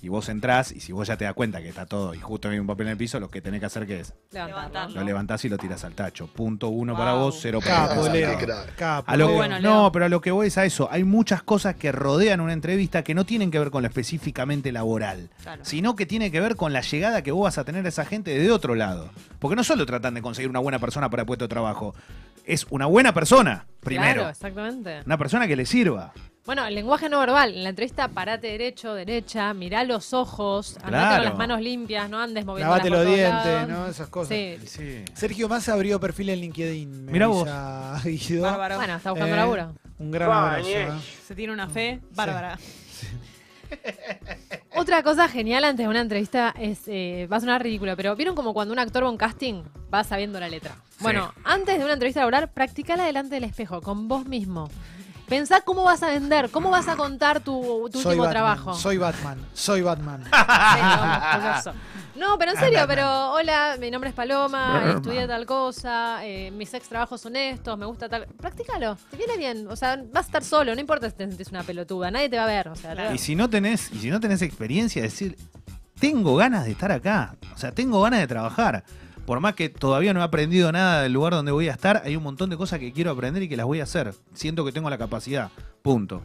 Speaker 6: y vos entrás y si vos ya te das cuenta que está todo y justo hay un papel en el piso, lo que tenés que hacer que es
Speaker 2: Levantarlo.
Speaker 8: Levantarlo.
Speaker 6: lo levantás y lo tirás al tacho. Punto uno
Speaker 8: Wow.
Speaker 6: para vos, cero para el
Speaker 1: Capo,
Speaker 6: otro.
Speaker 1: Leo. Capo.
Speaker 6: A lo
Speaker 8: Muy
Speaker 6: que-
Speaker 8: bueno,
Speaker 6: no,
Speaker 8: Leo.
Speaker 6: pero a lo que voy es a eso. Hay muchas cosas que rodean una entrevista que no tienen que ver con lo específicamente laboral,
Speaker 8: Claro.
Speaker 6: sino que tiene que ver con la llegada que vos vas a tener a esa gente de otro lado. Porque no solo tratan de conseguir una buena persona para el puesto de trabajo, es una buena persona, primero.
Speaker 2: Claro, exactamente.
Speaker 6: Una persona que le sirva.
Speaker 2: Bueno, el lenguaje no verbal. En la entrevista, parate derecho, derecha, mirá los ojos, andate
Speaker 6: Claro.
Speaker 2: con las manos limpias, no andes moviendo
Speaker 1: Lavate los dientes, ¿no? Esas cosas.
Speaker 2: Sí.
Speaker 1: Sergio Massa abrió perfil en LinkedIn. me
Speaker 6: Mirá vos.
Speaker 1: avisa Guido.
Speaker 8: Bárbaro.
Speaker 2: Bueno, está buscando
Speaker 1: Eh,
Speaker 2: laburo.
Speaker 1: Un gran abrazo. ¿eh?
Speaker 8: Se tiene una fe bárbara.
Speaker 2: Otra cosa genial antes de una entrevista es, eh, va a sonar ridículo, pero ¿vieron como cuando un actor va a un casting va sabiendo la letra? Bueno, antes de una entrevista laboral, practicala delante del espejo, con vos mismo. Pensá cómo vas a vender, cómo vas a contar tu, tu último
Speaker 1: Batman,
Speaker 2: trabajo.
Speaker 1: Soy Batman, soy Batman.
Speaker 2: Bueno, musculoso. Ah, No, pero en serio, pero hola, mi nombre es Paloma, estudié tal cosa, eh, mis ex trabajos son estos, me gusta tal. Practícalo, te viene bien. O sea, vas a estar solo, no importa si te sentís una pelotuda, nadie te va a ver. O sea, te va-
Speaker 6: Y si no tenés, y si no tenés experiencia, decir, tengo ganas de estar acá. O sea, tengo ganas de trabajar. Por más que todavía no he aprendido nada del lugar donde voy a estar, hay un montón de cosas que quiero aprender y que las voy a hacer. Siento que tengo la capacidad. Punto.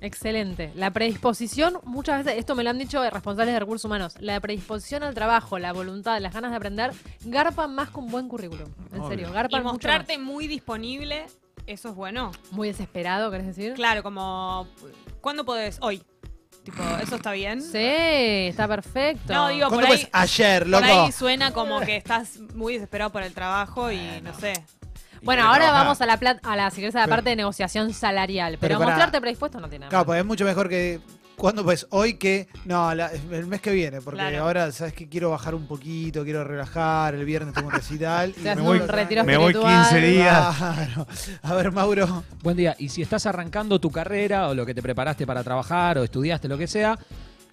Speaker 2: Excelente. La predisposición, muchas veces, esto me lo han dicho responsables de recursos humanos, la predisposición al trabajo, la voluntad, las ganas de aprender, garpan más con buen currículum. En
Speaker 6: Obvio.
Speaker 2: serio,
Speaker 8: Y
Speaker 2: garpan mucho
Speaker 8: mostrarte muy disponible, eso es bueno.
Speaker 2: más. Muy desesperado, ¿querés decir?
Speaker 8: Claro, como. ¿Cuándo podés? Hoy. Tipo, ¿eso está bien?
Speaker 2: Sí, está perfecto.
Speaker 8: No, digo, por
Speaker 1: ¿Cuándo
Speaker 8: ahí,
Speaker 1: pues? Ayer,
Speaker 8: por
Speaker 1: loco.
Speaker 8: ahí suena como que estás muy desesperado por el trabajo y no sé.
Speaker 2: Bueno,
Speaker 6: Y
Speaker 2: ahora
Speaker 6: trabajar.
Speaker 2: vamos a la, plat- a la, si querés, a la
Speaker 1: Pero-
Speaker 2: parte de negociación salarial. Pero,
Speaker 1: Pero pará.
Speaker 2: mostrarte predispuesto no tiene nada.
Speaker 1: Claro, pues es mucho mejor que. ¿Cuándo pues? Hoy que. No, la- el mes que viene, porque
Speaker 8: Claro.
Speaker 1: ahora, ¿sabes que Quiero bajar un poquito, quiero relajar, el viernes tengo un recital. y
Speaker 2: Te haces
Speaker 6: voy-
Speaker 2: un retiro
Speaker 6: me voy
Speaker 2: espiritual.
Speaker 6: 15 días.
Speaker 1: Claro. A ver, Mauro.
Speaker 7: Buen día. Y si estás arrancando tu carrera o lo que te preparaste para trabajar o estudiaste, lo que sea,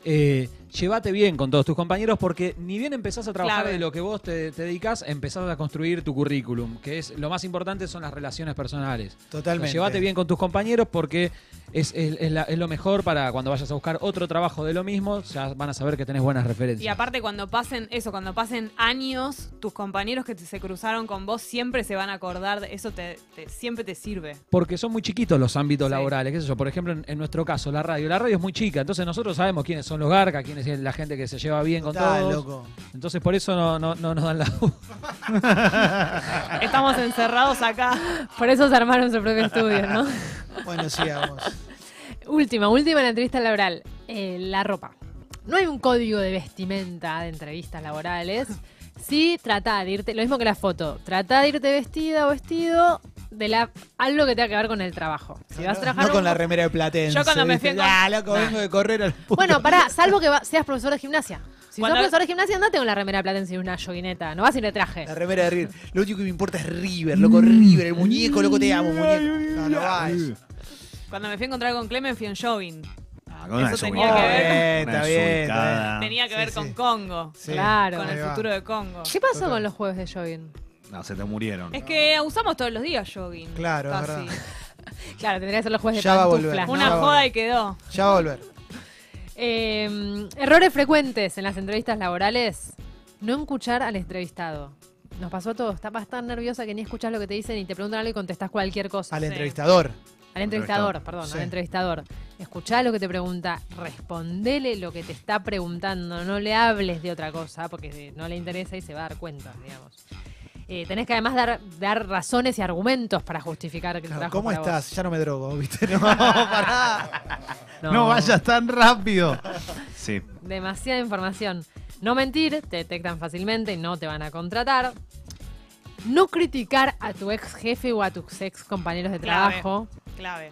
Speaker 7: eh, llévate bien con todos tus compañeros porque ni bien empezás a trabajar
Speaker 8: Clave.
Speaker 7: de lo que vos te, te dedicas, empezás a construir tu currículum, que es lo más importante son las relaciones personales. O sea,
Speaker 1: Totalmente.
Speaker 7: Llévate bien con tus compañeros porque es, es- es la- es lo mejor para cuando vayas a buscar otro trabajo de lo mismo, ya van a saber que tenés buenas referencias.
Speaker 8: Y aparte cuando pasen eso, cuando pasen años, tus compañeros que te- se cruzaron con vos siempre se van a acordar, de eso te, te- siempre te sirve.
Speaker 7: Porque son muy chiquitos los ámbitos
Speaker 8: Sí.
Speaker 7: laborales, qué sé yo. Por ejemplo, en, en nuestro caso, la radio. La radio es muy chica, entonces nosotros sabemos quiénes son los garcas, quién es la gente que se lleva bien
Speaker 1: Total,
Speaker 7: con todos.
Speaker 1: loco.
Speaker 7: Entonces por eso no, no, no nos dan la
Speaker 1: Ah.
Speaker 8: Estamos encerrados acá.
Speaker 2: Por eso se armaron su propio estudio, ¿no?
Speaker 1: Bueno, sigamos.
Speaker 2: última, última en la entrevista laboral. Eh, la ropa. No hay un código de vestimenta de entrevistas laborales. Sí, tratá de irte, lo mismo que la foto, tratá de irte vestida o vestido de la, algo que tenga que ver con el trabajo. Si vas
Speaker 1: No-
Speaker 2: a trabajar
Speaker 1: no con
Speaker 2: un-
Speaker 1: la remera de Platense.
Speaker 8: Yo cuando me
Speaker 1: ¿viste?
Speaker 8: fui con-
Speaker 1: Ah, loco, vengo de correr al puto.
Speaker 2: Bueno, pará, salvo que va- seas profesor de gimnasia. Si
Speaker 8: Cuando-
Speaker 2: sos profesor de gimnasia, andate con la remera platense y una joguineta. No vas y le traje.
Speaker 1: La remera de River. Lo único que me importa es River, loco, River. El muñeco, loco, te amo, muñeco. No, no va eso.
Speaker 8: Cuando me fui a encontrar con Clemen fui en shopping.
Speaker 6: Ah, con una
Speaker 8: Eso tenía
Speaker 6: desubicada.
Speaker 8: que ver con-
Speaker 1: Eh,
Speaker 6: Una
Speaker 1: está bien, está
Speaker 6: desubicada.
Speaker 8: Tenía que
Speaker 1: Ah, sí,
Speaker 8: ver
Speaker 1: sí.
Speaker 8: con Congo,
Speaker 1: Sí,
Speaker 2: Claro.
Speaker 8: con
Speaker 1: ahí
Speaker 8: el
Speaker 1: va.
Speaker 8: futuro de Congo.
Speaker 2: ¿Qué pasó
Speaker 1: Total.
Speaker 2: con los jueves de jogging?
Speaker 6: No, se te murieron.
Speaker 8: Es que usamos todos los días jogging.
Speaker 1: Claro, es
Speaker 8: casi.
Speaker 1: verdad.
Speaker 2: Claro, tendría que ser los jueves
Speaker 1: Ya
Speaker 2: de
Speaker 1: va a volver.
Speaker 2: pantuflas, ¿no?
Speaker 8: Una
Speaker 1: No.
Speaker 8: joda y quedó.
Speaker 1: Ya va a volver.
Speaker 2: Eh, errores frecuentes en las entrevistas laborales. No escuchar al entrevistado. Nos pasó a todos. Estabas tan nerviosa que ni escuchas lo que te dicen y te preguntan algo y contestás cualquier cosa.
Speaker 1: Al
Speaker 8: Sí.
Speaker 1: entrevistador.
Speaker 2: Al entrevistador, perdón,
Speaker 1: Sí.
Speaker 2: al entrevistador. Escuchá lo que te pregunta, respondele lo que te está preguntando, no le hables de otra cosa porque si no le interesa y se va a dar cuenta, digamos. Eh, tenés que además dar, dar razones y argumentos para justificar que el
Speaker 1: Claro,
Speaker 2: trabajo
Speaker 1: ¿Cómo
Speaker 2: para vos.
Speaker 1: estás? Ya no me drogo, ¿viste? No, pará.
Speaker 6: No. vayas tan rápido. Sí.
Speaker 2: Demasiada información. No mentir, te detectan fácilmente y no te van a contratar. No criticar a tu ex jefe o a tus ex compañeros de
Speaker 8: Clave.
Speaker 2: trabajo.
Speaker 8: Clave.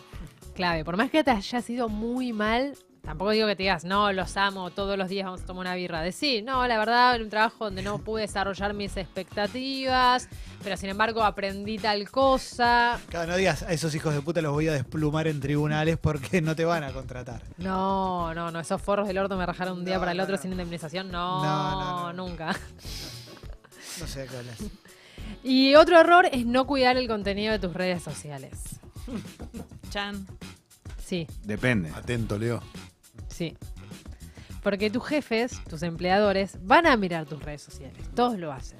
Speaker 2: clave. Por más que te haya sido muy mal, tampoco digo que te digas, no, los amo, todos los días vamos a tomar una birra. De sí, no, la verdad, era un trabajo donde no pude desarrollar mis expectativas, pero sin embargo aprendí tal cosa.
Speaker 1: Claro, no digas a esos hijos de puta los voy a desplumar en tribunales porque no te van a contratar.
Speaker 2: No, no, no, esos forros del orto me rajaron de un día
Speaker 1: No,
Speaker 2: para el
Speaker 1: no,
Speaker 2: otro
Speaker 1: no.
Speaker 2: sin indemnización. No,
Speaker 1: No, no, no.
Speaker 2: nunca.
Speaker 1: No sé cuál es.
Speaker 2: Y otro error es no cuidar el contenido de tus redes sociales.
Speaker 8: Chan.
Speaker 2: Sí,
Speaker 6: Depende.
Speaker 1: Ah,
Speaker 5: Atento, Leo.
Speaker 2: sí. Porque tus jefes, tus empleadores, van a mirar tus redes sociales. Todos lo hacen.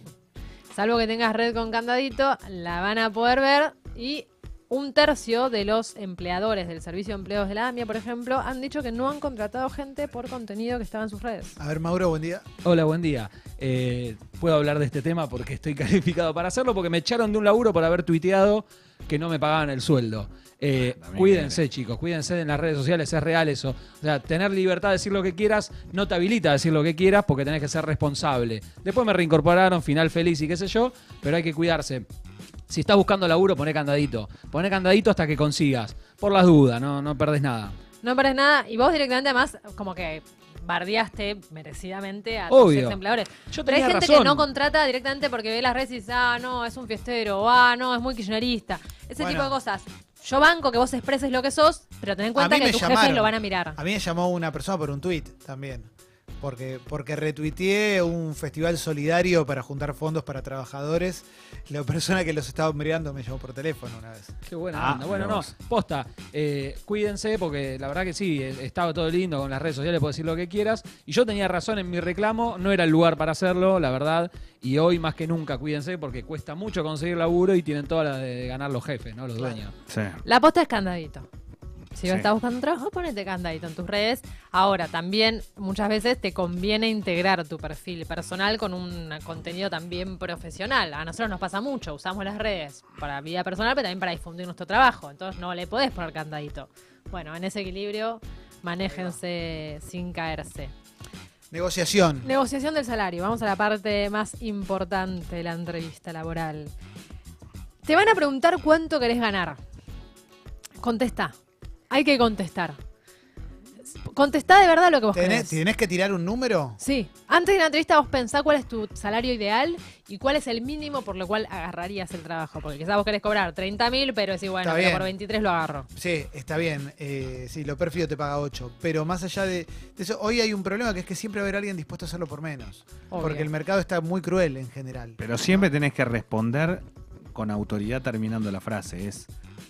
Speaker 2: Salvo que tengas red con candadito, la van a poder ver y un tercio de los empleadores del Servicio de Empleos de la AMIA, por ejemplo, han dicho que no han contratado gente por contenido que estaba en sus redes.
Speaker 1: A ver, Mauro, buen día.
Speaker 7: Hola, buen día. Eh, puedo hablar de este tema porque estoy calificado para hacerlo, porque me echaron de un laburo por haber tuiteado que no me pagaban el sueldo. Eh,
Speaker 6: Ah, también
Speaker 7: cuídense, chicos, cuídense en las redes sociales, es real eso. O sea, tener libertad de decir lo que quieras no te habilita a decir lo que quieras porque tenés que ser responsable. Después me reincorporaron, final feliz y qué sé yo, pero hay que cuidarse. Si estás buscando laburo, poné candadito. Poné candadito hasta que consigas. Por las dudas, no, no perdés nada.
Speaker 2: No parás nada. Y vos directamente, además, como que bardeaste merecidamente a
Speaker 7: Obvio.
Speaker 2: tus empleadores.
Speaker 7: Yo
Speaker 2: Pero hay
Speaker 7: tenía
Speaker 2: gente que
Speaker 7: razón.
Speaker 2: no contrata directamente porque ve las redes y dice, ah, no, es un fiestero, o, ah, no, es muy kirchnerista. Ese
Speaker 1: Bueno.
Speaker 2: tipo de cosas. Yo banco que vos expreses lo que sos, pero ten en cuenta
Speaker 1: mí
Speaker 2: que
Speaker 1: me
Speaker 2: tus jefes
Speaker 1: llamaron.
Speaker 2: lo van a mirar.
Speaker 1: A mí me llamó una persona por un tweet también. Porque, porque retuiteé un festival solidario para juntar fondos para trabajadores. La persona que los estaba mirando me llamó por teléfono una vez.
Speaker 7: Qué buena
Speaker 6: Ah,
Speaker 7: onda. Bueno,
Speaker 6: mirá
Speaker 7: no,
Speaker 6: vos.
Speaker 7: posta, eh, cuídense porque la verdad que sí, he- estaba todo lindo con las redes sociales, puedo decir lo que quieras. Y yo tenía razón en mi reclamo, no era el lugar para hacerlo, la verdad. Y hoy más que nunca, cuídense porque cuesta mucho conseguir laburo y tienen toda la de ganar los jefes, ¿no? Los dueños.
Speaker 6: Sí.
Speaker 2: La posta es candadito. Si vos
Speaker 6: Sí.
Speaker 2: estás buscando trabajo, ponete candadito en tus redes. Ahora, también muchas veces te conviene integrar tu perfil personal con un contenido también profesional. A nosotros nos pasa mucho, usamos las redes para vida personal, pero también para difundir nuestro trabajo. Entonces no le podés poner candadito. Bueno, en ese equilibrio, manéjense sin caerse.
Speaker 1: Negociación.
Speaker 2: Negociación del salario. Vamos a la parte más importante de la entrevista laboral. Te van a preguntar cuánto querés ganar. Contesta. Hay que contestar. Contestá de verdad lo que vos
Speaker 1: ¿Tenés,
Speaker 2: querés.
Speaker 1: tenés que tirar un número?
Speaker 2: Sí. Antes de la entrevista vos pensá cuál es tu salario ideal y cuál es el mínimo por lo cual agarrarías el trabajo. Porque quizás vos querés cobrar 30 mil, pero decís, bueno,
Speaker 1: Está
Speaker 2: pero
Speaker 1: bien.
Speaker 2: por 23 lo agarro.
Speaker 1: Sí, está bien. eh, sí, lo perfido te paga 8. Pero más allá de, de eso, hoy hay un problema que es que siempre va a haber alguien dispuesto a hacerlo por menos.
Speaker 2: Obvio.
Speaker 1: Porque el mercado está muy cruel en general.
Speaker 6: Pero siempre tenés que responder con autoridad terminando la frase. Es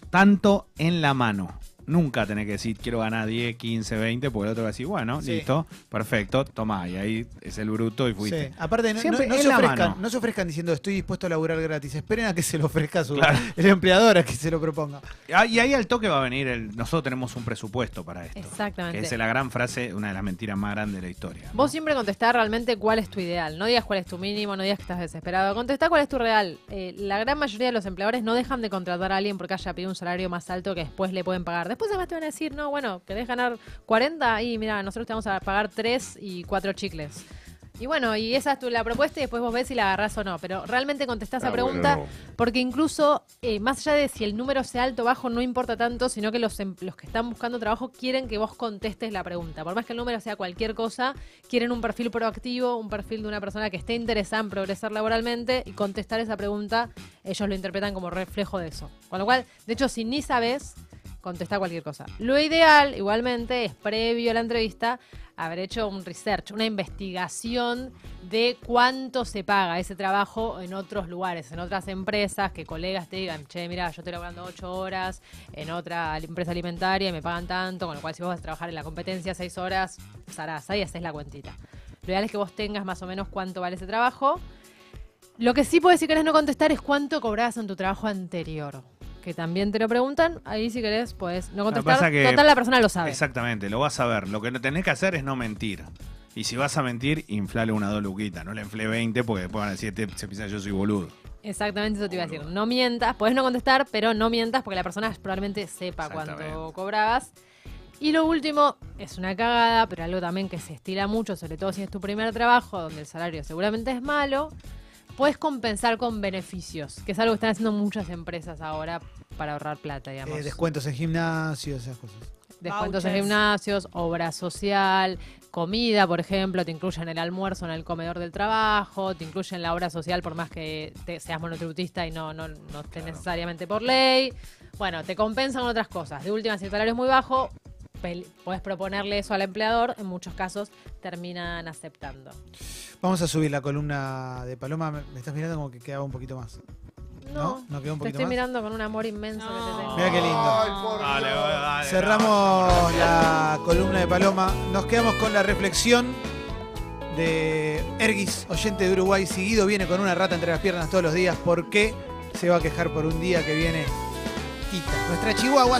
Speaker 6: tanto en la mano. Nunca tenés que decir quiero ganar 10, 15, 20, porque el otro va a decir, bueno,
Speaker 1: Sí.
Speaker 6: listo, perfecto, tomá. Y ahí es el bruto y fuiste.
Speaker 1: Sí. Aparte, no,
Speaker 6: Siempre
Speaker 1: no- no
Speaker 6: en
Speaker 1: se
Speaker 6: la
Speaker 1: ofrezcan,
Speaker 6: mano.
Speaker 1: no se ofrezcan diciendo estoy dispuesto a laburar gratis. Esperen a que se lo ofrezca su, el empleador a que se lo proponga.
Speaker 6: Ah, Y ahí al toque va a venir el. Nosotros tenemos un presupuesto para esto.
Speaker 2: Exactamente.
Speaker 6: Que es la gran frase, una de las mentiras más grandes de la historia. ¿no?
Speaker 2: Vos siempre contestá realmente cuál es tu ideal. No digas cuál es tu mínimo, no digas que estás desesperado. Contestá cuál es tu real. Eh, la gran mayoría de los empleadores no dejan de contratar a alguien porque haya pedido un salario más alto que después le pueden pagar. Después además te van a decir, no, bueno, querés ganar 40 y mira, nosotros te vamos a pagar 3 y 4 chicles. Y bueno, y esa es tu, la propuesta y después vos ves si la agarrás o no. Pero realmente contestá esa
Speaker 5: Ah,
Speaker 2: pregunta
Speaker 5: bueno,
Speaker 2: porque incluso, eh, más allá de si el número sea alto o bajo, no importa tanto, sino que los, em- los que están buscando trabajo quieren que vos contestes la pregunta. Por más que el número sea cualquier cosa, quieren un perfil proactivo, un perfil de una persona que esté interesada en progresar laboralmente y contestar esa pregunta, ellos lo interpretan como reflejo de eso. Con lo cual, de hecho, si ni sabes, contesta cualquier cosa. Lo ideal, igualmente, es previo a la entrevista haber hecho un research, una investigación de cuánto se paga ese trabajo en otros lugares, en otras empresas, que colegas te digan, che, mira, yo estoy laburando ocho horas en otra al- empresa alimentaria y me pagan tanto, con lo cual si vos vas a trabajar en la competencia seis horas, zarás, ahí haces la cuentita. Lo ideal es que vos tengas más o menos cuánto vale ese trabajo. Lo que sí puedes, si querés no contestar, es cuánto cobrabas en tu trabajo anterior. Que también te lo preguntan, ahí si querés, pues no
Speaker 6: pasa
Speaker 2: contestar.
Speaker 6: que-
Speaker 2: Total, la persona lo sabe.
Speaker 6: Exactamente, lo vas a ver. Lo que no tenés que hacer es no mentir. Y si vas a mentir, inflale una o dos luquitas. No le inflé 20 porque después van a decir, "Este se piensa que yo soy boludo.
Speaker 2: Exactamente eso te iba a decir. No mientas, podés no contestar, pero no mientas porque la persona probablemente sepa cuánto
Speaker 6: Exactamente.
Speaker 2: cobrabas. Y lo último, es una cagada, pero algo también que se estila mucho, sobre todo si es tu primer trabajo, donde el salario seguramente es malo, puedes compensar con beneficios, que es algo que están haciendo muchas empresas ahora para ahorrar plata, digamos.
Speaker 1: Eh, descuentos en gimnasios, esas cosas.
Speaker 2: Descuentos en
Speaker 8: Vouchers.
Speaker 2: gimnasios, obra social, comida, por ejemplo, te incluyen el almuerzo en el comedor del trabajo, te incluyen la obra social por más que te- seas monotributista y no, no, no esté necesariamente por ley. Bueno, te compensan otras cosas. De última, si el salario es muy bajo, puedes proponerle eso al empleador. En muchos casos terminan aceptando.
Speaker 1: Vamos a subir la columna de Paloma. Me me estás mirando como que quedaba un poquito más.
Speaker 2: No,
Speaker 1: ¿No? ¿No quedó un
Speaker 2: te
Speaker 1: poquito
Speaker 2: estoy
Speaker 1: más?
Speaker 2: mirando con un amor inmenso que te tengo.
Speaker 1: Mira qué lindo.
Speaker 5: Ay, por Dios.
Speaker 1: Cerramos la columna de Paloma. Nos quedamos con la reflexión de Erguis, oyente de Uruguay. Seguido viene con una rata entre las piernas todos los días. ¿Por qué se va a quejar por un día que viene? Tita, nuestra Chihuahua